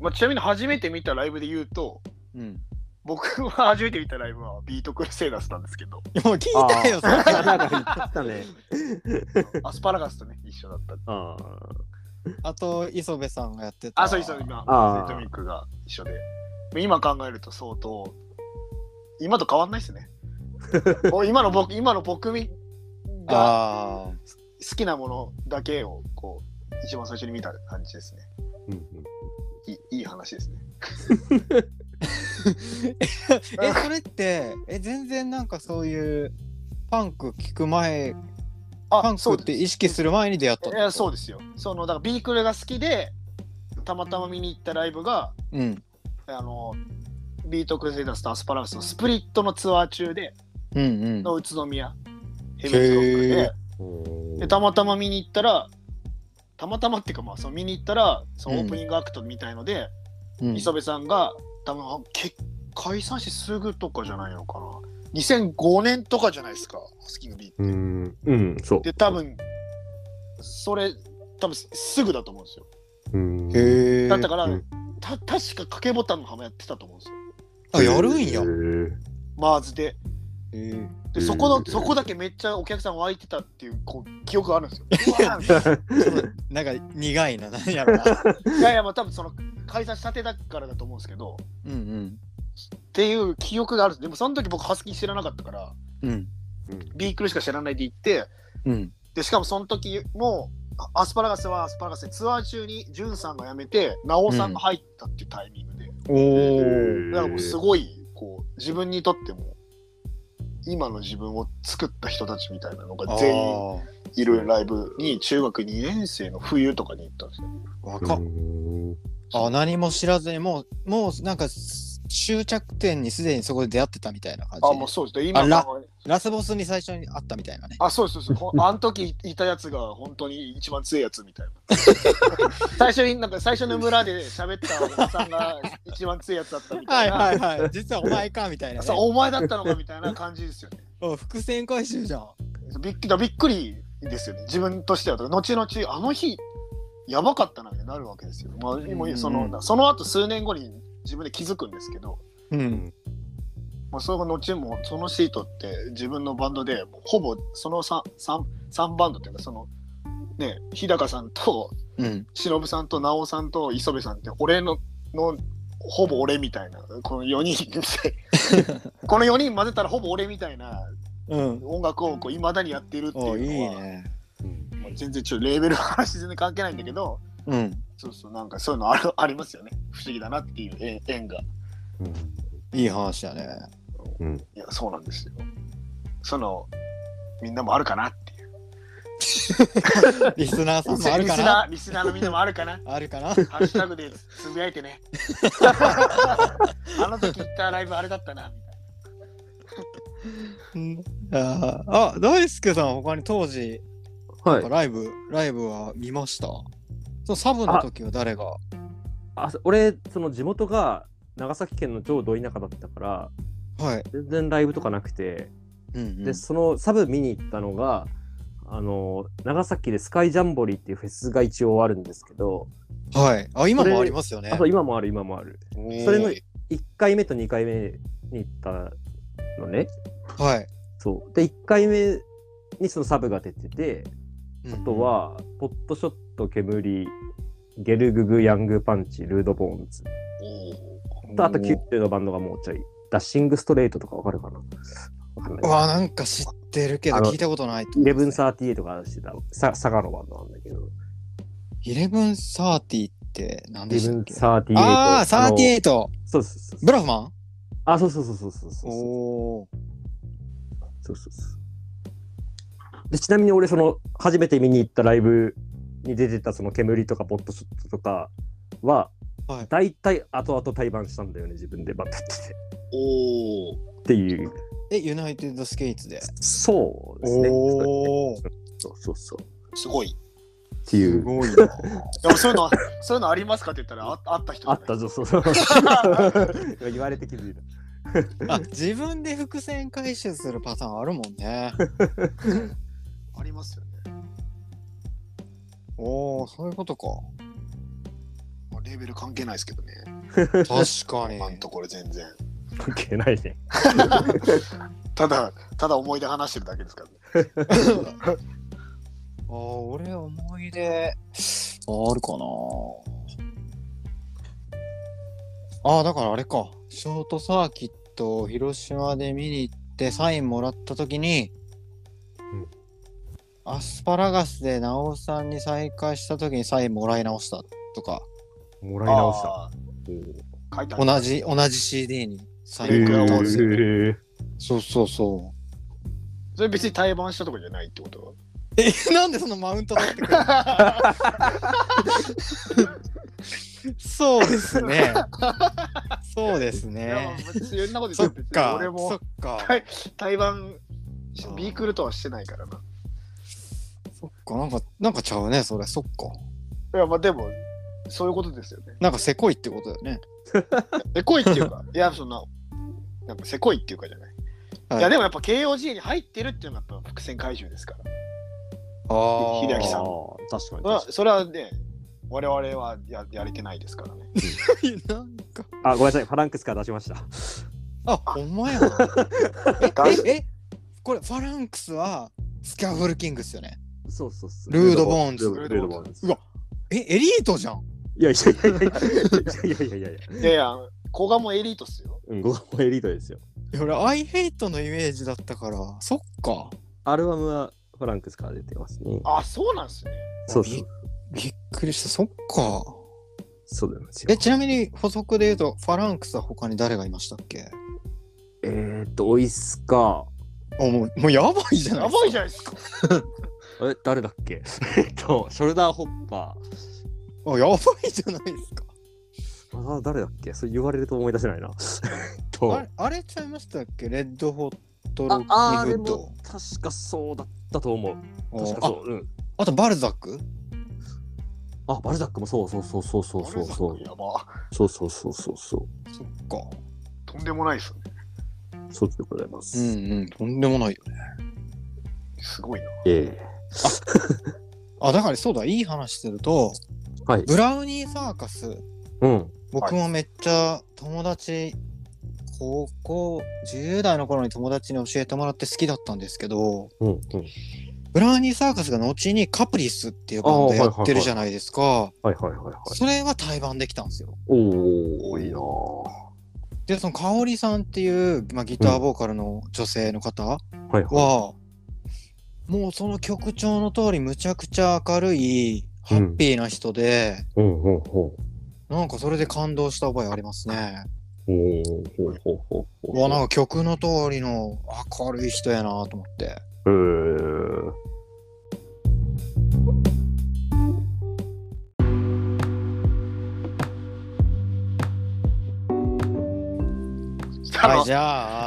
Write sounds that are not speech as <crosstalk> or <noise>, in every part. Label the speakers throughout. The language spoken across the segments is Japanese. Speaker 1: まあ、ちなみに初めて見たライブで言うと、
Speaker 2: うん。
Speaker 1: 僕は初めて見たライブはビートクルセイダースなんですけ
Speaker 3: <laughs>
Speaker 1: ど、
Speaker 2: いやもう聞いたよ、それ。
Speaker 3: なんか言ったね。
Speaker 1: アスパラガスとね、一緒だった。
Speaker 3: <laughs> あ
Speaker 2: あと、磯部さんがやってた。
Speaker 1: あ、そうそう、今、
Speaker 3: あー
Speaker 1: セイトミックが一緒で。今考えると相当、今と変わんないです
Speaker 3: <laughs>
Speaker 1: ね。もう今の僕、今の僕みが
Speaker 2: ああ。
Speaker 1: 好きなものだけを、こう、一番最初に見た感じですね。
Speaker 3: ーうんうん
Speaker 1: いいいい話
Speaker 3: <laughs>
Speaker 1: ですね。
Speaker 2: え、それって、え、全然なんかそういう、パンク聞く前、パンクって意識する前に出会った
Speaker 1: いやそう
Speaker 2: う。
Speaker 1: ですよ。そのだからビークルが好きでたまたま見に行ったライブが
Speaker 2: うん。
Speaker 1: あのビートクルセイダースとアスパラガスのスプリットのツアー中で
Speaker 2: うんうん。
Speaker 1: の宇都宮ヘビーズロック
Speaker 2: へ
Speaker 1: で
Speaker 3: おー
Speaker 1: でたまたま見に行ったらたまたまっていうかまあその見に行ったらそのオープニングアクトみたいので、
Speaker 2: うん
Speaker 1: 磯部さんが多分け解散してすぐとかじゃないのかな2005年とかじゃないですかスキングビー
Speaker 3: うん、うん、そう。
Speaker 1: で多、分それ多分すぐだと思うんですよ
Speaker 3: うん、
Speaker 2: へえ。
Speaker 1: だったから、
Speaker 3: うん
Speaker 1: た確か掛けボタンの浜やってたと思うんですよ。
Speaker 2: あ、やるんや
Speaker 3: へ。 <laughs> ー
Speaker 1: マーズで。
Speaker 2: へ
Speaker 1: で、
Speaker 3: うん
Speaker 1: そこの、そこだけめっちゃお客さん湧いてたっていうこう記憶があるんですよ。
Speaker 3: <laughs>
Speaker 1: うわー
Speaker 2: えちょっとなんか苦いな、なんやろな。
Speaker 1: いやいや、まあ多分その解散したてだからだと思うんですけど、
Speaker 2: うん
Speaker 1: っていう記憶があるんです。でもその時僕、ハスキー知らなかったから、
Speaker 2: うん。うん。
Speaker 1: ビークルしか知らないで行って、
Speaker 2: うん。
Speaker 1: で、しかもその時も、あアスパラガスはアスパラガスでツアー中にジュンさんが辞めて、ナオさんが入ったっていうタイミングで、
Speaker 2: おー。
Speaker 1: だからもうすごいこう自分にとっても今の自分を作った人たちみたいなのが全員
Speaker 2: あ
Speaker 1: いるライブに中学2年生の冬とかに行ったんですよ。
Speaker 2: あ、若っ。
Speaker 3: うん
Speaker 2: あ何も知らずにもうもうなんか終着点にすでにそこで出会ってたみたいな感じ
Speaker 1: あもうそうですね今
Speaker 2: あら
Speaker 1: 考え
Speaker 2: ラスボスに最初に会ったみたいなね
Speaker 1: あそうですそうです
Speaker 2: <laughs>
Speaker 1: ほんあの時いたやつが本当に一番強いやつみたい
Speaker 2: <laughs>
Speaker 1: な最初になんか最初の村で喋ったおっさんが一番強いやつだったみたいな、
Speaker 2: いはい実はお前かみたい
Speaker 1: そうお前だったのかみたいな感じですよね
Speaker 2: お伏線回収じゃん
Speaker 1: びっくりだからびっくりですよね自分としてはだから後々あの日やばかったなみたいになるわけですよ、まあ、でもその、
Speaker 2: うん
Speaker 1: その後数年後に自分で気づくんですけど、
Speaker 2: うん
Speaker 1: まあ、それが後もそのシートって自分のバンドでもうほぼその 3, 三三バンドっていうかそのね日高さんと
Speaker 2: うん
Speaker 1: 忍さんと直さんと磯部さんって俺ののほぼ俺みたいなこの4人 <laughs> この4人混ぜたらほぼ俺みたいな
Speaker 2: うん
Speaker 1: 音楽をいまだにやってるっていうの
Speaker 2: お
Speaker 1: は。
Speaker 2: いいね
Speaker 1: まあ全然ちょっとレーベルの話全然関係ないんだけど
Speaker 2: うん
Speaker 1: そうそうなんかそういうのあるありますよね不思議だなっていう縁縁が
Speaker 2: いい話だね
Speaker 1: いやそうなんですよそのみんなもあるかなっていう
Speaker 2: <laughs> リスナーさんもある
Speaker 1: リ
Speaker 2: か
Speaker 1: ス
Speaker 2: な
Speaker 1: ナーリスナーのみんなもあるか
Speaker 3: <laughs>
Speaker 1: な
Speaker 2: あるか
Speaker 1: ハ
Speaker 2: な
Speaker 1: ッシュタグでつぶやいてねあの時行ったライブあれだったなみたいな
Speaker 2: うん <laughs> あーあ大輔さん他に当時
Speaker 3: はい。
Speaker 2: ライブライブは見ましたそうサブの時は誰が
Speaker 3: あそ俺、その地元が長崎県の超ど田舎だったから、
Speaker 2: はい
Speaker 3: 全然ライブとかなくて、
Speaker 2: うんうん
Speaker 3: で、そのサブ見に行ったのが、あの長崎でスカイジャンボリーっていうフェスが一応あるんですけど、
Speaker 2: はいあ今もありますよね
Speaker 3: あと今もある、今もある。それの1回目と2回目に行ったのね。
Speaker 2: はい
Speaker 3: そう。で、1回目にそのサブが出てて、
Speaker 2: あ
Speaker 3: あとは、ポットショット、煙、ゲルググ、ヤングパンチ、ルードボーンズ。と、あと九州のバンドがもうちょい。ダッシングストレートとかわかるかなわかん
Speaker 2: う
Speaker 3: ない。
Speaker 2: わなんか知ってるけど
Speaker 3: あの
Speaker 2: 聞いたことないと
Speaker 3: イ
Speaker 2: 思う
Speaker 3: レブンサーティエとかしてた、さ佐賀のバンドなんだけど。
Speaker 2: イレブンサーティって何
Speaker 3: イ
Speaker 2: で
Speaker 3: レ
Speaker 2: し
Speaker 3: ブ
Speaker 2: たっ
Speaker 3: ン
Speaker 2: け
Speaker 3: サーティエと。
Speaker 2: ああサーティエイ
Speaker 3: エ
Speaker 2: ト
Speaker 3: そうそうそうそう。
Speaker 2: ブラフマン
Speaker 3: あ、そうそうそうそうそうそうそう。
Speaker 2: おお
Speaker 3: そうそうそうでちなみに俺その初めて見に行ったライブに出てたその煙とかポットショットとかは、
Speaker 2: はい
Speaker 3: 大体後々対バンしたんだよね自分でバッとやってて
Speaker 1: おお
Speaker 3: っていう
Speaker 2: えユナイテッドスケイツで
Speaker 3: そうですね
Speaker 2: おお
Speaker 3: そうそうそう
Speaker 1: すごい
Speaker 3: ってい
Speaker 2: す
Speaker 3: う
Speaker 2: ごいな
Speaker 1: でもそういうのそういうのありますかって言ったらああった人
Speaker 3: あ
Speaker 1: じゃ
Speaker 3: った
Speaker 1: ない
Speaker 3: ぞそうそう言われて気づいた
Speaker 2: あ自分で伏線回収するパターンあるもん
Speaker 3: <laughs>
Speaker 2: ね
Speaker 1: ありますよね
Speaker 3: <laughs>
Speaker 2: おおそういうことか
Speaker 1: レーベル関係ないですけどね。
Speaker 2: 確かに
Speaker 1: 今んとこれ全然。
Speaker 3: 関係ないね。
Speaker 1: ただ、ただ思い出話してるだけですからね。
Speaker 2: ああ俺思い出ああるかなああだからあれかショートサーキットを広島で見に行ってサインもらった時に、
Speaker 3: うん
Speaker 2: アスパラガスで直尾さんに再会した時にサインもらい直したとか
Speaker 3: もらい直した。
Speaker 1: あ
Speaker 3: おー
Speaker 1: ー。書いてある
Speaker 2: 同じ同じ CD にサ
Speaker 1: え
Speaker 2: インもらったんですよ、
Speaker 3: へー
Speaker 2: そうそうそ
Speaker 1: それ別に対バンしたとかじゃないってこと
Speaker 2: うえなんでそのマウント取ってくるそうですねそうです
Speaker 1: いや
Speaker 2: ね
Speaker 1: 別にそんなこと
Speaker 2: そ
Speaker 1: 言
Speaker 2: っ
Speaker 1: って
Speaker 2: か、
Speaker 1: 俺
Speaker 2: そ
Speaker 1: も
Speaker 2: っか、
Speaker 1: はい対バンビークルとはしてないからな。
Speaker 2: そっか、なんか、なんかちゃうね、それ、そっか。
Speaker 1: いやまあでもそういうことですよね。
Speaker 2: なんかせこいってことだよね。
Speaker 1: せこいっていうかいやそんななんかせこいっていうかじゃない。
Speaker 2: はい
Speaker 1: いやでもやっぱ KOG に入ってるっていうのがやっぱ伏線回収ですから。
Speaker 2: あ
Speaker 1: 秀明さん
Speaker 3: あー確かに確
Speaker 1: まあ
Speaker 3: かに。
Speaker 1: それはね我々はややれてないですからね。
Speaker 2: ん。なんか、
Speaker 3: あ、ごめんなさい。ファランクスから出しました。
Speaker 2: あ、ほんまや。え、え、これ、ファランクスは、スキャフルキングっすよね。
Speaker 3: そうそうそう。
Speaker 2: ルードボーンズ
Speaker 3: ルードボーンズ。
Speaker 2: うわえ、エリートじゃん。
Speaker 3: いやいやいやいやいやいやいやいやいや。
Speaker 1: いやいや古賀もエリートっすよ。
Speaker 3: うん、ゴーもエリートですよ。
Speaker 2: いや俺、アイヘイトのイメージだったから、そっか。
Speaker 3: アルバムはファランクスから出てますね。
Speaker 1: あそうなんですね。
Speaker 3: そうそう。
Speaker 2: びっくりした、そっか。
Speaker 3: そうなんですよ
Speaker 2: え、。ちなみに補足で言うと、ファランクスは他に誰がいましたっけ
Speaker 3: えーっと、オイスか。
Speaker 2: あ、もう、もうやばいじゃな
Speaker 1: や
Speaker 2: いですか
Speaker 1: ばいじゃないですか。
Speaker 3: え、誰だっけえっと、ショルダーホッパ
Speaker 2: あ、やばいじゃないですか。
Speaker 3: ー。あ、誰だっけそう言われると思い出せないな。えっ
Speaker 2: あ
Speaker 3: と
Speaker 2: れ、あれちゃいましたっけレッドホットロ
Speaker 3: あ
Speaker 2: ッ、
Speaker 3: あ
Speaker 2: キ
Speaker 3: れ
Speaker 2: ーフッド
Speaker 3: も。確かそうだったと思う。確
Speaker 2: あ
Speaker 3: かそう。うん。
Speaker 2: あとバルザック
Speaker 3: あ、バルザックもそうそうそうそうそうそうそう。
Speaker 1: やば。
Speaker 3: そうそうそうそうそう。
Speaker 2: そっか。
Speaker 1: とんでもないですね。
Speaker 3: そうでございま
Speaker 2: う
Speaker 3: す。
Speaker 2: んうん、とんでもないよね。
Speaker 1: すごいな。
Speaker 3: え
Speaker 2: あ、だからそうだ、いい話してると、
Speaker 3: えはい。
Speaker 2: ブラウニーサーカス、
Speaker 3: うん。
Speaker 2: 僕もめっちゃ友達、高校10代の頃に友達に教えてもらって好きだったんですけど、
Speaker 3: うん。うん。
Speaker 2: ブラウニーサーカスが後にカプリスっていうバンドやってるじゃないですか。
Speaker 3: はいはいはいはい。
Speaker 2: それは対バンできたんですよ。
Speaker 3: おおいいなぁ
Speaker 2: で、その香織さんっていう、まあ、ギターボーカルの女性の方、
Speaker 3: はいは
Speaker 2: はもうその曲調の通りむちゃくちゃ明るいハッピーな人で、
Speaker 3: い。うんうんうん。ほ
Speaker 2: なんかそれで感動した覚えありますね。
Speaker 3: うほうほうほう
Speaker 2: うわなんか曲の通りの明るい人やなと思って。
Speaker 3: えー
Speaker 2: はいじゃあ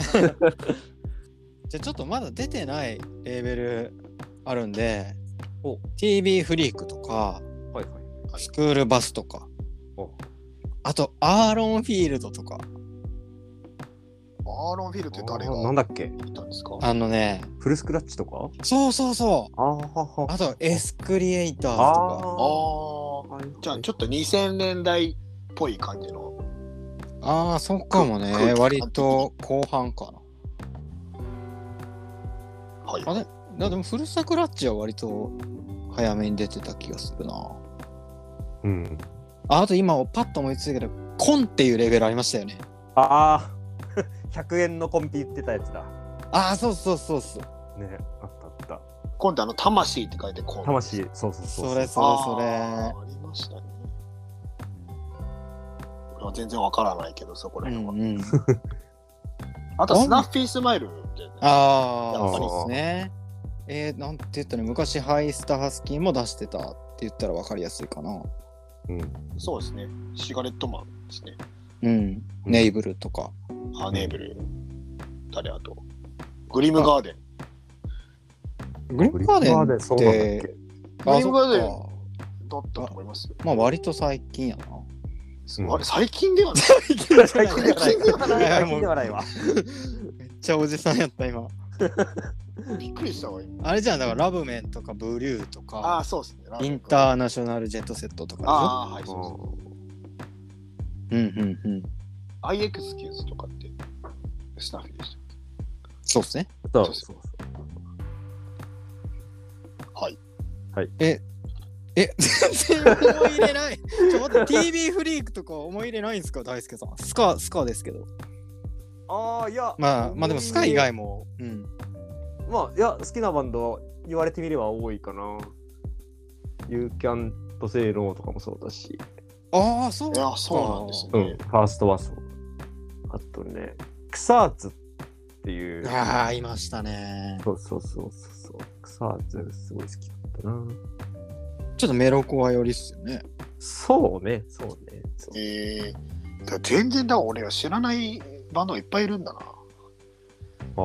Speaker 2: <laughs> じゃあちょっとまだ出てないレーベルあるんで
Speaker 3: お
Speaker 2: TV フリークとか
Speaker 3: はいはい。
Speaker 2: スクールバスとか
Speaker 3: お
Speaker 2: あとアーロンフィールドとか
Speaker 1: アーロン・フィールって誰
Speaker 3: あな
Speaker 1: が
Speaker 3: んだっけ
Speaker 1: いたんですか
Speaker 2: あのね
Speaker 3: フルスクラッチとか
Speaker 2: そうそうそう
Speaker 3: あー
Speaker 2: あとエスクリエイターズとか。
Speaker 1: あ
Speaker 3: あ
Speaker 1: あ
Speaker 3: ー。
Speaker 1: じゃあちょっと2000年代っぽい感じの。
Speaker 2: ああ、そうかもね
Speaker 1: 空。気
Speaker 2: 割と後半か
Speaker 1: はい
Speaker 2: な。あれだでも、フルサクラッチは割と早めに出てた気がするな。
Speaker 3: うん。
Speaker 2: ああと今、パッと思いついたけど、コンっていうレベルありましたよね。
Speaker 3: あ <laughs> あ。100円のコンピ売ってたやつだ。
Speaker 2: ああ、そうそうそうそう。
Speaker 3: ね。あったあった。
Speaker 1: 今度あの魂って書いてこう。
Speaker 3: 魂。そうそうそう。
Speaker 2: それそれ
Speaker 1: あー
Speaker 2: そ
Speaker 1: あ
Speaker 2: れ。
Speaker 1: りましたね。これは全然わからないけど、そこら
Speaker 2: う
Speaker 1: 辺は。
Speaker 2: んうん。
Speaker 1: あと、スナッフィースマイルって、
Speaker 2: あ
Speaker 1: や
Speaker 2: あ、
Speaker 1: っぱり
Speaker 2: そうですね。えー、なんて言ったらいい昔ハイスターハスキーも出してたって言ったら分かりやすいかな。
Speaker 1: そうですね。シガレットマンですね。
Speaker 2: うん。ネイブルとか。
Speaker 1: ハネーブル。誰あと。グリムガーデン。
Speaker 2: グリーンガーデンって、
Speaker 3: そうなんだっけ
Speaker 1: グリムガーデン
Speaker 2: あそっか
Speaker 1: だったと思いますよ。
Speaker 2: まあ割と最近やな。
Speaker 3: うん
Speaker 1: あれ、最近ではない。
Speaker 3: <laughs> 最近ではない。
Speaker 2: <laughs>
Speaker 1: 最近ではない
Speaker 2: や
Speaker 3: 最近ではないわ。
Speaker 2: <laughs> めっちゃおじさんやった今。
Speaker 1: びっくりしたわ、今。
Speaker 2: あれじゃん、だからラブメンとかブリューと
Speaker 1: あ
Speaker 2: か、
Speaker 1: あ、そうですね。
Speaker 2: インターナショナルジェットセットとかでしょ
Speaker 1: ああ、はい、そうそう。
Speaker 3: う
Speaker 2: うんうんうん。
Speaker 1: IXQs とかって、スタッフでした。
Speaker 2: そうですね。
Speaker 3: そうそうそう。
Speaker 2: え、全然思い入れない。ちょ、待って、TV フリークとか思い入れないんですか、大輔さん。スカ、スカですけど。
Speaker 3: ああ、いや。
Speaker 2: まあ、まあでもスカ以外も。うん。
Speaker 3: まあ、いや、好きなバンドは言われてみれば多いかな。You Can とせいろとかもそうだし、
Speaker 2: ああ、そう
Speaker 1: い。や、そうなんです
Speaker 3: う
Speaker 1: ね。
Speaker 3: ん、ファーストはそう。あとね、クサーツっていう。
Speaker 2: ああ、いましたね。
Speaker 3: そうそうそうそうそう。クサーツすごい好きだったな。
Speaker 2: ちょっとメロコアよりっすよね。
Speaker 3: そうね、そうね。そう
Speaker 1: えー、だから全然だから俺は知らないバンドがいっぱいいるんだな
Speaker 3: あー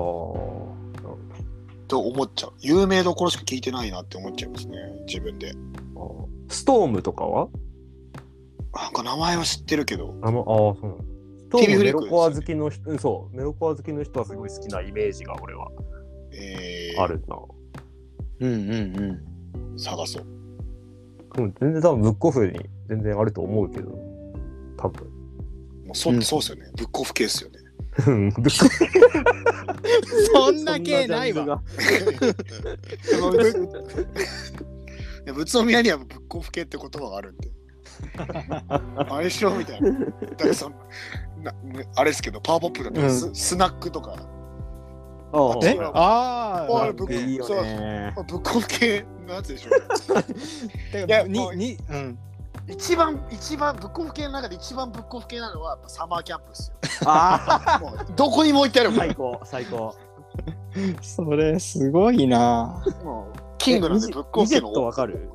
Speaker 1: と思っちゃう有名どころしか聞いてないなって思っちゃいますね自分で
Speaker 3: あー。ストームとかは
Speaker 1: なんか名前は知ってるけど
Speaker 3: あのあー、そうなの。スト
Speaker 1: TV
Speaker 3: ーム
Speaker 1: フリッ
Speaker 3: メ
Speaker 1: ク
Speaker 3: ロコア好きの人、うんそう、メロコア好きの人はすごい好きなイメージが俺は
Speaker 1: えー、
Speaker 3: あるな。
Speaker 2: うんうんうん。
Speaker 1: 探そう
Speaker 3: でも全然多分ブックオフに全然あると思うけど、多分。 <laughs>
Speaker 1: もうそ,、う
Speaker 2: うん
Speaker 1: そうっすよねブックオフ系っすよね
Speaker 3: うんブックオフ
Speaker 2: そんな系ないわ。。
Speaker 1: <laughs> でもぶいや仏宮にはブックオフ系って言葉がある
Speaker 3: <laughs>
Speaker 1: んで相性みたいなだからそのなあれですけどパワーポップだったらス,、スナックとか
Speaker 3: あ
Speaker 2: え
Speaker 1: それは
Speaker 2: あ
Speaker 1: あ
Speaker 2: あ
Speaker 1: れ僕
Speaker 2: え
Speaker 3: いいよね。
Speaker 1: ブックオフ系のやつでしょうね
Speaker 2: だ
Speaker 1: い
Speaker 2: から
Speaker 1: や
Speaker 2: に
Speaker 1: もう
Speaker 2: にうん
Speaker 1: 一番一番ブックオフ系の中で一番ブックオフ系なのはやっぱサマーキャンプですよ。
Speaker 3: あ <laughs>
Speaker 1: もうどこにも置いてある
Speaker 3: あ、
Speaker 1: もん。
Speaker 3: 最高、最高。
Speaker 2: それすごいな
Speaker 1: もうキングなんで
Speaker 3: えミジ
Speaker 1: ブックオフ
Speaker 3: ミジ
Speaker 1: 系
Speaker 3: ェ
Speaker 1: の
Speaker 3: ットわかる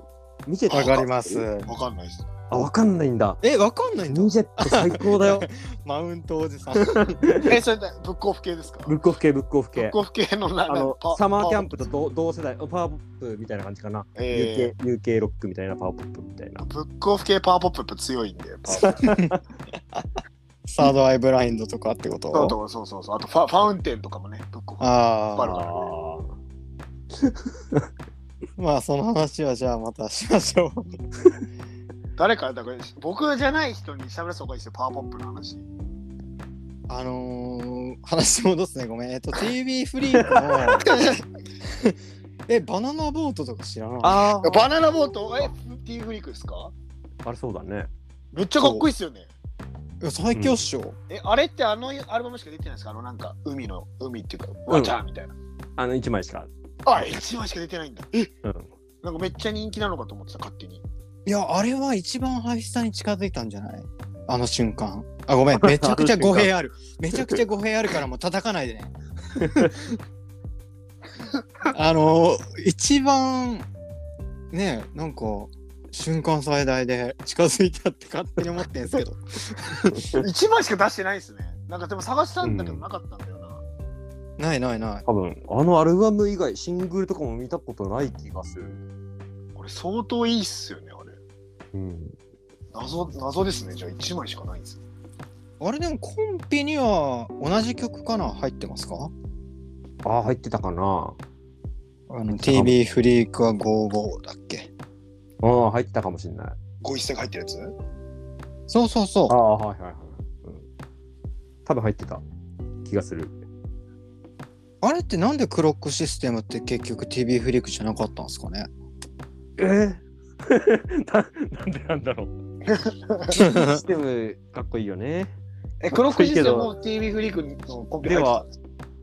Speaker 3: ミジェット
Speaker 2: わかります
Speaker 1: わかんないです。
Speaker 3: あ、わかんないんだ。
Speaker 2: えわかんないんだ
Speaker 3: ミジェット最高だ <laughs> よ。
Speaker 2: マウントおじさん
Speaker 1: え、それでブックオフ系ですか
Speaker 3: ブックオフ系、ブックオフ
Speaker 1: ブッ
Speaker 3: 系
Speaker 1: ク。オフ系のな
Speaker 3: あの
Speaker 1: パ、
Speaker 3: サマーキャン
Speaker 1: プ。
Speaker 3: プと同同世代、パワーポップみたいな感じかな。
Speaker 1: え
Speaker 3: UK、UK ロックみたいな、パワーポップみたいな
Speaker 1: ー、。ブックオフ系パワーポップやっぱ強いんで。パワーポップ
Speaker 2: サードアイブラインドとかってこ
Speaker 1: そう
Speaker 2: と
Speaker 1: そうそうそうそう。あとファファウンテンとかもね、ブックオフ。
Speaker 2: あ
Speaker 1: あ
Speaker 2: あ
Speaker 1: るからね
Speaker 3: あ
Speaker 2: まあその話はじゃあまたしましょう
Speaker 1: 誰か、だから僕じゃない人に喋らせた方がいいですよ、パワーポップの話。
Speaker 2: あのー、話戻すねごめんえっと TV フリークのえ <laughs> バナナボートとか知らない
Speaker 3: あー。
Speaker 1: バナナボート、え、フティーフリークですか
Speaker 3: あれそうだね。
Speaker 1: めっちゃかっこいいっすよね。
Speaker 2: いや最強っしょ、
Speaker 1: え、あれってあのアルバムしか出てないんですかあのなんか海の海っていうか、わちゃーみたいな。
Speaker 3: あの、一枚しか。
Speaker 1: あ、一枚しか出てないんだ。え
Speaker 3: うん。
Speaker 1: なんかめっちゃ人気なのかと思ってた、勝手に。
Speaker 2: いや、あれは一番ハイスタに近づいたんじゃないあの瞬間。あ、ごめん、めちゃくちゃ語弊ある。めちゃくちゃ語弊あるからもう叩かないでね。あの、一番、ね、なんか、瞬間最大で近づいたって勝手に思ってんすけど。
Speaker 1: 一枚しか出してないですね。なんかでも探したんだけど
Speaker 3: うん
Speaker 1: なかったんだよな。
Speaker 2: ないないない。
Speaker 3: 多分、あのアルバム以外、シングルとかも見たことない気がする。
Speaker 1: これ相当いいっすよね、あれ。
Speaker 3: うん。
Speaker 1: 謎、謎ですね。じゃあ一枚しかないんですね。
Speaker 2: あれでもコンピには同じ曲かな入ってますか
Speaker 3: ああ、入ってたかな。
Speaker 2: あの ?TV フリークは55だっけ
Speaker 3: ああ、入ってたかもしれない。
Speaker 1: ご一斉が入ってるやつ
Speaker 2: そうそうそう
Speaker 3: あ。あ、はいはいはい。うん、多分入ってた気がする。
Speaker 2: あれってなんでクロックシステムって結局 TV フリックじゃなかったんです
Speaker 3: <laughs>
Speaker 2: かね
Speaker 3: えー、 <laughs> ななんでなんだろう。システムかっこいいよね。
Speaker 1: え、黒くじ
Speaker 3: かっ
Speaker 1: で
Speaker 3: こ
Speaker 1: も TV フリークのコンピ
Speaker 3: で
Speaker 1: ュータ
Speaker 3: は、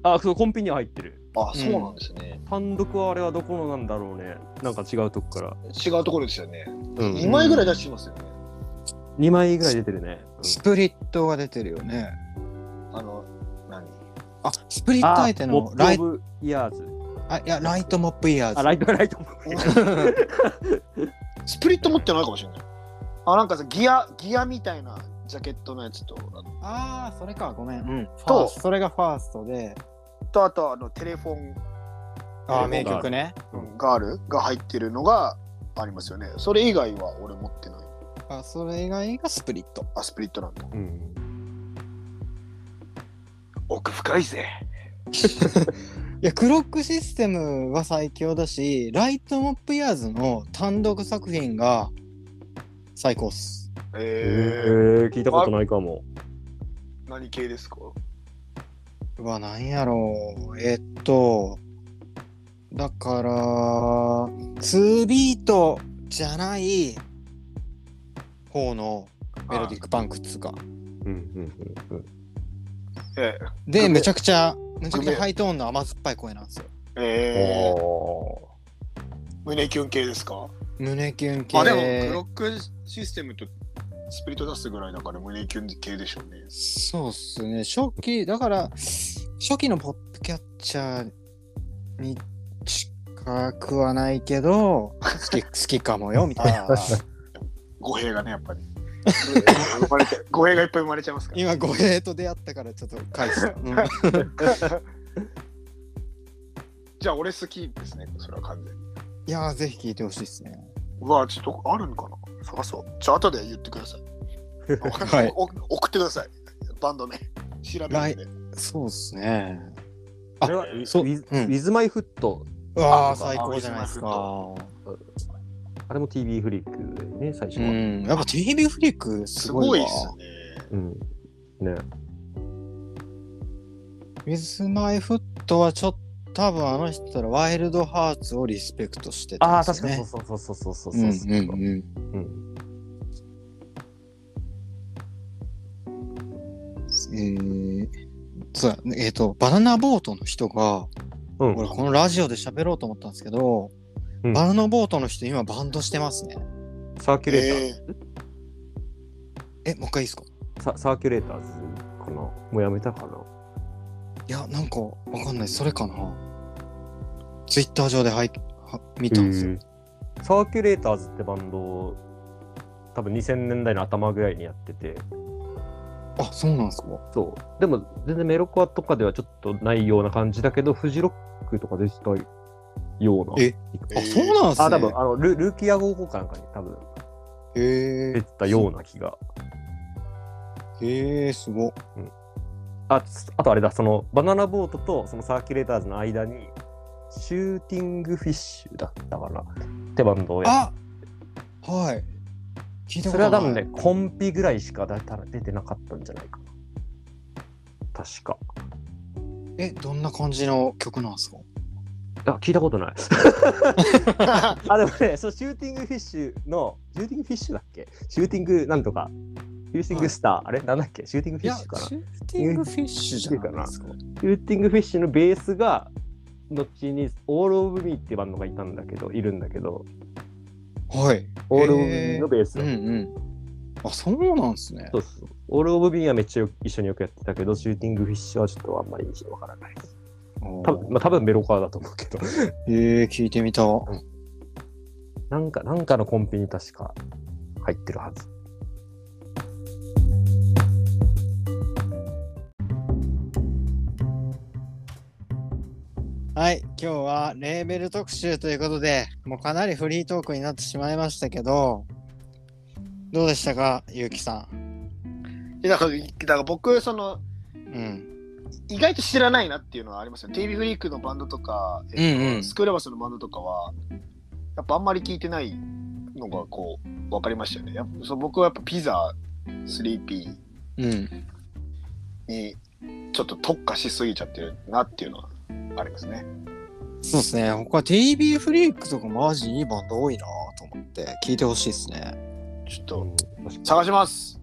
Speaker 3: あそうコンビニは入ってる。
Speaker 1: あ、そうなんですね。
Speaker 3: 単独はあれはどこのなんだろうね。なんか違うとこから。
Speaker 1: 違うところですよね。
Speaker 3: う
Speaker 1: 二
Speaker 2: ん
Speaker 1: 枚ぐらい出してますよね。
Speaker 3: 2枚ぐらい出てるね。
Speaker 2: スプリットが出てるよね
Speaker 1: あの、 <laughs> 何
Speaker 2: あスプリット相手のライ
Speaker 3: モップオブイヤーズ。
Speaker 2: あいやライトモップイヤ
Speaker 3: あ、
Speaker 2: ー
Speaker 3: ライトラ <laughs> イト。
Speaker 1: スプリット持ってないかもしれない。あ、なんかさ、ギア、ギアみたいなジャケットのやつと、
Speaker 2: ズああそれかごめん、うん、
Speaker 1: と
Speaker 2: それがファーストで
Speaker 1: とあとあのテレフォン
Speaker 2: ああ
Speaker 3: テ
Speaker 2: 名
Speaker 3: レフォンがあ
Speaker 2: 曲ね
Speaker 1: ガールが入ってるのがありますよね。それ以外は俺持ってない。
Speaker 2: あそれ以外がスプリット
Speaker 1: あ、スプリットなんだ。
Speaker 3: うん、
Speaker 1: 奥深いぜ。
Speaker 2: いやクロックシステムは最強だしライトモップイヤーズの単独作品が最高っす
Speaker 1: えー、
Speaker 3: えー、聞いたことないかも。
Speaker 1: 何系ですか
Speaker 2: うわなんやろうえっとだから2ビートじゃない方のメロディックパンクっつうか
Speaker 3: うんうんうんうん。
Speaker 1: え
Speaker 2: で
Speaker 1: グメ
Speaker 2: めちゃくちゃめちゃくち
Speaker 1: グメ
Speaker 2: ゃハイトーンの甘酸っぱい声なんですよ
Speaker 1: ー、えー、
Speaker 3: お
Speaker 1: 胸キュン系ですか
Speaker 2: 胸キュン系
Speaker 1: まあでもクロックシステムとスピリット出すぐらいだから胸キュン系でしょうね
Speaker 2: そうっすね初期だから初期のポップキャッチャーに近くはないけど好き好きかもよみたいな
Speaker 1: 語弊がねやっぱり生まれて語弊がいっぱい生まれちゃいますから
Speaker 2: <laughs> 今語弊と出会ったからちょっと返した、 <laughs> うん
Speaker 1: <laughs> じゃあ俺好きですねそれは完全に
Speaker 2: いやーぜひ聞いてほしいっすね
Speaker 1: うわちょっとあるんかな探そうじゃあ後で言ってください
Speaker 2: <laughs> はい
Speaker 1: お送ってくださいバンドね調べて、ね、
Speaker 2: そうっすね
Speaker 3: あれはウィ
Speaker 2: そう
Speaker 3: ウィズ
Speaker 2: うん
Speaker 3: ウィズマイフット、
Speaker 2: うわー最高じゃないですか
Speaker 3: あれも TV フリックだよね、最初
Speaker 2: う
Speaker 3: は。
Speaker 2: んやっぱ TV フリックす
Speaker 1: す
Speaker 2: ご
Speaker 1: ご
Speaker 2: い
Speaker 1: い
Speaker 2: わ
Speaker 1: ですね
Speaker 3: うん。ね。
Speaker 2: ウィズマイフットはちょっと多分あの人らワイルドハーツをリスペクトしてた
Speaker 3: あ
Speaker 2: ん
Speaker 3: あ、
Speaker 2: です
Speaker 3: 確
Speaker 2: よね
Speaker 3: かにそうそうそうそうそうそう
Speaker 2: う
Speaker 3: そ
Speaker 2: ん
Speaker 3: う
Speaker 2: うんうん
Speaker 3: うん
Speaker 2: えーそうだねえーとバナナボートの人が
Speaker 3: うん
Speaker 2: 俺このラジオで喋ろうと思ったんですけど、
Speaker 3: うん
Speaker 2: バナナボートの人今バンドしてますね
Speaker 3: サーキュレーター
Speaker 1: え
Speaker 2: えもう一回いいですか
Speaker 3: ササーキュレーターズかなもうやめたかない
Speaker 2: やなんかわかんないそれかなツイッター上ではいは見たんですよ、
Speaker 3: サーキュレーターズってバンドを多分2000年代の頭ぐらいにやってて
Speaker 2: あそうなんですか
Speaker 3: そうでも全然メロコアとかではちょっとないような感じだけどフジロックとかでしたような
Speaker 2: えあそうなんですね
Speaker 3: あ多分あのルルーキア号かなんかに多分
Speaker 2: へ
Speaker 3: 出てたような気が
Speaker 2: えへえすごっ
Speaker 3: あつあとあれだそのバナナボートとそのサーキュレーターズの間にシューティングフィッシュだったかなってバンドをやっ
Speaker 2: あはい聞いたことない
Speaker 3: それは多分ね、コンピぐらいしか出たら出てなかったんじゃないかな。確か。
Speaker 2: えどんな感じの曲なん
Speaker 3: <laughs>
Speaker 2: ですか
Speaker 3: あ、聞いたことない。
Speaker 1: ー
Speaker 3: <laughs> あ、でもね、そう、シューティングフィッシュの、シューティングフィッシュだっけシューティングなんとか、シューティングスター、あれなんだっけシューティングフィッシュかなシ
Speaker 2: ューティングフィッシュじゃないですか
Speaker 3: ューティングフィッシュのベースが、後に、オール・オブ・ミーってバンドがいたんだけど、いるんだけど、
Speaker 2: はい
Speaker 3: オール・オブ・ミーのベース
Speaker 2: う
Speaker 3: だ
Speaker 2: ん
Speaker 3: った、
Speaker 2: うんあそうなんですね
Speaker 3: そうそう。オール・オブ・ミーはめっちゃよ一緒によくやってたけど、シューティングフィッシュはちょっとあんまりわからない。多分、まあ、多分メロカーだと思うけど。 <laughs>
Speaker 2: えー、聞いてみた
Speaker 3: なんか、なんかのコンビニ確か入ってるはず。
Speaker 2: はい、今日はレーベル特集ということで、もうかなりフリートークになってしまいましたけど、どうでしたか、ゆうきさん。
Speaker 1: えだからだから僕その
Speaker 2: うん。
Speaker 1: 意外と知らないなっていうのはありますよね TV フリークのバンドとか、えっと
Speaker 2: うんうん
Speaker 1: スクールバスのバンドとかはやっぱあんまり聞いてないのがこう分かりましたよねやっぱそう僕はやっぱピザ 3P
Speaker 2: うん。
Speaker 1: にちょっと特化しすぎちゃってるなっていうのはありますね
Speaker 2: そうですね、他 TV フリークとかマジいいバンド多いなと思って、聞いてほしいですね。
Speaker 1: ちょっと
Speaker 3: 確か
Speaker 1: 探します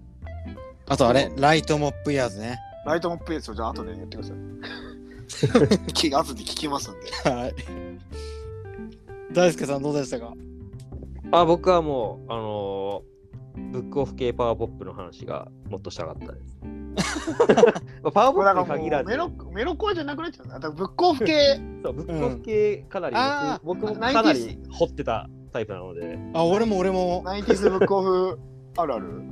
Speaker 2: あとあれ、ライトモップイヤーズね。
Speaker 1: ライトモップエースをじゃあ後で言ってください聞き後で聞きますんで
Speaker 2: はい。大輔さん、どうでしたか
Speaker 3: あ、僕はもう、あのーブックオフ系パワーポップの話がもっとしたかった <laughs> です。まあパワーポ
Speaker 1: もうだ
Speaker 3: ッ
Speaker 1: か
Speaker 3: プ
Speaker 1: ら
Speaker 3: に
Speaker 1: もう
Speaker 3: 限らず
Speaker 1: メ、ロメロコアじゃなくなっちゃうなだからブックオフ系
Speaker 3: そうブックオフ系かなり
Speaker 2: うんあー
Speaker 3: 僕、僕も
Speaker 1: ナイン
Speaker 3: かな
Speaker 1: ティ
Speaker 3: り掘ってたタイプなので、
Speaker 2: あ、俺も俺も。
Speaker 1: ナインティーズブックオフあるある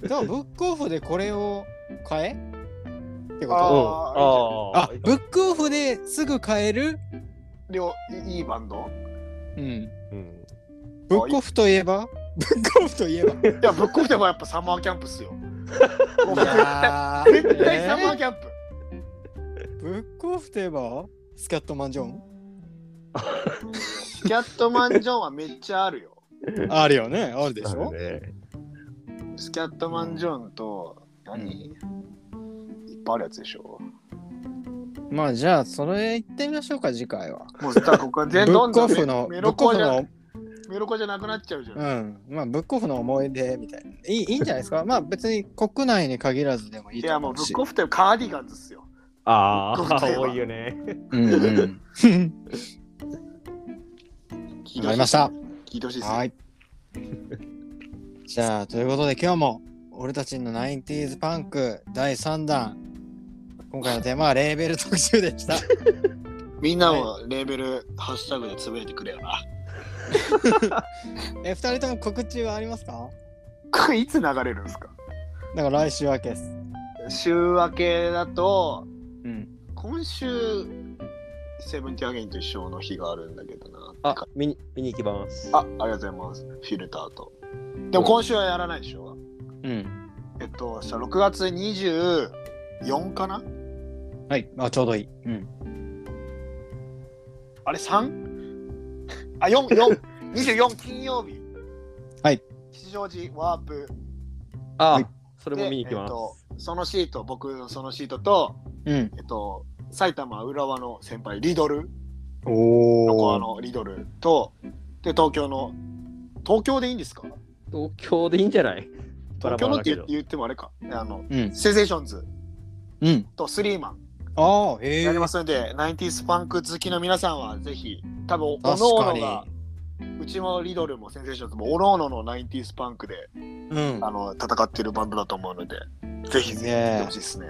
Speaker 2: でも、ブックオフでこれを変えってこ
Speaker 3: うん
Speaker 2: と
Speaker 1: あ
Speaker 2: あ、ブックオフですぐ変える
Speaker 1: 両いいいバンド
Speaker 2: うん。
Speaker 3: うん
Speaker 2: ブックオフといえばブックオフといえば
Speaker 1: いや、ぶっこフでもやっぱサ
Speaker 2: <laughs>
Speaker 1: マーキャンプっすよ。もう絶対
Speaker 2: や
Speaker 1: 絶対サマーキャンプ。
Speaker 2: ブックオフといえばスキャットマンジョン
Speaker 1: スキャットマンジョンはめっちゃあるよ。
Speaker 2: あるよね。あるでし
Speaker 3: な
Speaker 2: ょ
Speaker 3: ん。でね
Speaker 1: スキャットマンジョンと、何、いっぱいあるやつでしょ。
Speaker 2: まあじゃあそれ行ってみましょうか次回は。
Speaker 1: もうだからここは
Speaker 2: ブ
Speaker 1: 全ど
Speaker 2: ッ
Speaker 1: ん
Speaker 2: ク
Speaker 1: ど
Speaker 2: オ
Speaker 1: んメ
Speaker 2: フのブ
Speaker 1: メ
Speaker 2: ッ
Speaker 1: ロ
Speaker 2: クオ
Speaker 1: コ
Speaker 2: フ
Speaker 1: じゃ
Speaker 2: の
Speaker 1: メロコじゃなくなっちゃうじゃん。
Speaker 2: うんまあブックオフの思い出みたいな。いいいいんじゃないですか。まあ別に国内に限らずでもいい
Speaker 1: い
Speaker 2: と
Speaker 1: や
Speaker 2: 思
Speaker 1: もう
Speaker 2: う
Speaker 1: ブ
Speaker 2: し。
Speaker 1: ックオフってカーディガンズっすよ。
Speaker 3: あ
Speaker 1: ブックオフといえ
Speaker 3: あ、
Speaker 1: ば
Speaker 3: <laughs> 多いよね。
Speaker 2: うんうん。
Speaker 1: 聞い
Speaker 2: わ
Speaker 1: て
Speaker 2: か
Speaker 1: ほ
Speaker 2: り
Speaker 1: い
Speaker 2: ました。
Speaker 1: 聞いてほしいっすね。
Speaker 2: はい。じゃあということで今日も俺たちの 90s パンク第3弾今回のテーマはレーベル特集でした。
Speaker 1: みんなもレーベル、ハッシュタグでつぶやいてくれよな。
Speaker 2: え二人とも告知はありますか？
Speaker 1: これいつ流れるんですか
Speaker 2: だから来週明けです。
Speaker 1: 週明けだと、
Speaker 2: うん。
Speaker 1: 今週、セブンティーアゲインと一緒の日があるんだけどな。
Speaker 3: あ、見に見に行きます。
Speaker 1: あ、ありがとうございます。フィルターと。でも今週はやらないでしょ。
Speaker 2: うん。
Speaker 1: えっと、したら6月24かな
Speaker 2: はい。あちょうどいい。うん。
Speaker 1: あれ 3? あ、4、4、24金曜日。
Speaker 2: はい。
Speaker 1: 吉祥寺ワープ。
Speaker 3: あ、
Speaker 2: はい
Speaker 3: それも見に行きます。
Speaker 1: えっと、そのシート、僕のそのシートと、
Speaker 2: うん。
Speaker 1: えっと、埼玉浦和の先輩、リドル。横
Speaker 2: お
Speaker 1: 浜のリドルと、で、東京の、東京でいいんですか
Speaker 3: 東京でいいんじゃないバラ
Speaker 1: 東京
Speaker 3: バラ
Speaker 1: のって
Speaker 3: だけ
Speaker 1: 言
Speaker 3: ど
Speaker 1: っ。言ってもあれか。あの、
Speaker 2: うん。
Speaker 1: セゼーションズ
Speaker 2: うん。
Speaker 1: とスリーマン
Speaker 2: ああ、へえ。
Speaker 1: やりますので、ナインティースパンク好きの皆さんはぜひ、多分、お
Speaker 2: 確
Speaker 1: のお
Speaker 2: か
Speaker 1: の
Speaker 2: に。
Speaker 1: が、うちもリドルもセゼーションズも、おのおののナインティースパンクで、
Speaker 2: うん
Speaker 1: あ。の、戦ってるバンドだと思うので、ぜひぜひ
Speaker 2: ねえ
Speaker 1: 見てほしいですね。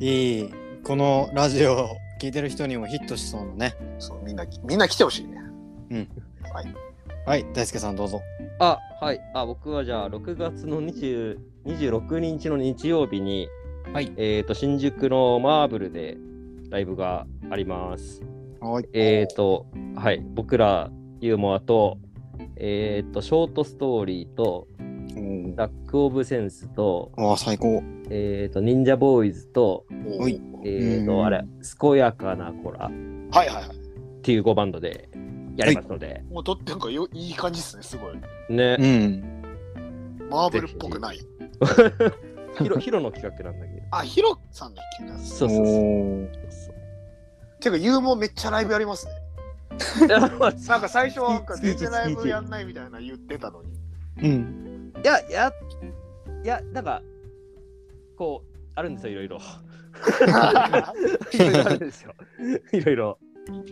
Speaker 2: いい。このラジオを聞いてる人にもヒットしそうなね。
Speaker 1: そう、みんな、みんな来てほしいね。
Speaker 2: うん。
Speaker 1: はい。
Speaker 2: はい、大輔さんどうぞ。
Speaker 3: あ、はい。あ、僕はじゃあ、6月の20 26日の日曜日に、
Speaker 2: はい。
Speaker 3: えっ、と、新宿のマーブルでライブがあります。
Speaker 2: はい。
Speaker 3: えっ、と、はい。僕らユーモアと、えっ、と、ショートストーリーと、ラック・オブ・センスと、
Speaker 2: ああ、最高。
Speaker 3: えっ、と、忍者ボーイズと、
Speaker 1: お
Speaker 2: は
Speaker 1: ー
Speaker 2: い
Speaker 3: えっ、と、
Speaker 2: うん
Speaker 3: あれ、健やかな子ら
Speaker 1: は
Speaker 3: っ
Speaker 1: いはいはい。
Speaker 3: ていう5バンドでやりますので、
Speaker 1: もう、とってなんかよ、いい感じですね、すごい。
Speaker 3: ね
Speaker 2: う。ん。
Speaker 1: マーブルっぽくない。
Speaker 3: ヒロヒロの企画なんだけど。
Speaker 1: あ、ヒロさんの一曲なんです
Speaker 3: そ
Speaker 2: お
Speaker 3: うそうそう
Speaker 2: お。
Speaker 1: てか、ユーモめっちゃライブやりますね。なんか最初はなんか全然ライブやんないみたいな言ってたのに。
Speaker 2: うん。
Speaker 3: いや、いや、いや、なんか、こう、あるんですよ、いろい <laughs> ろ。いろいろあるんですよ。いろいろ。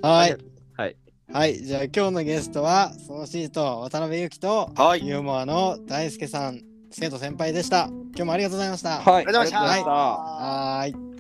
Speaker 2: はい。
Speaker 3: はい。
Speaker 2: はい。じゃあ今日のゲストは、ソーシーと渡辺裕樹と、
Speaker 1: は。
Speaker 2: ユーモアの大輔さん、生徒先輩でした。今日もありがとうございました。
Speaker 3: はい
Speaker 1: ありがとうございました
Speaker 2: はーい。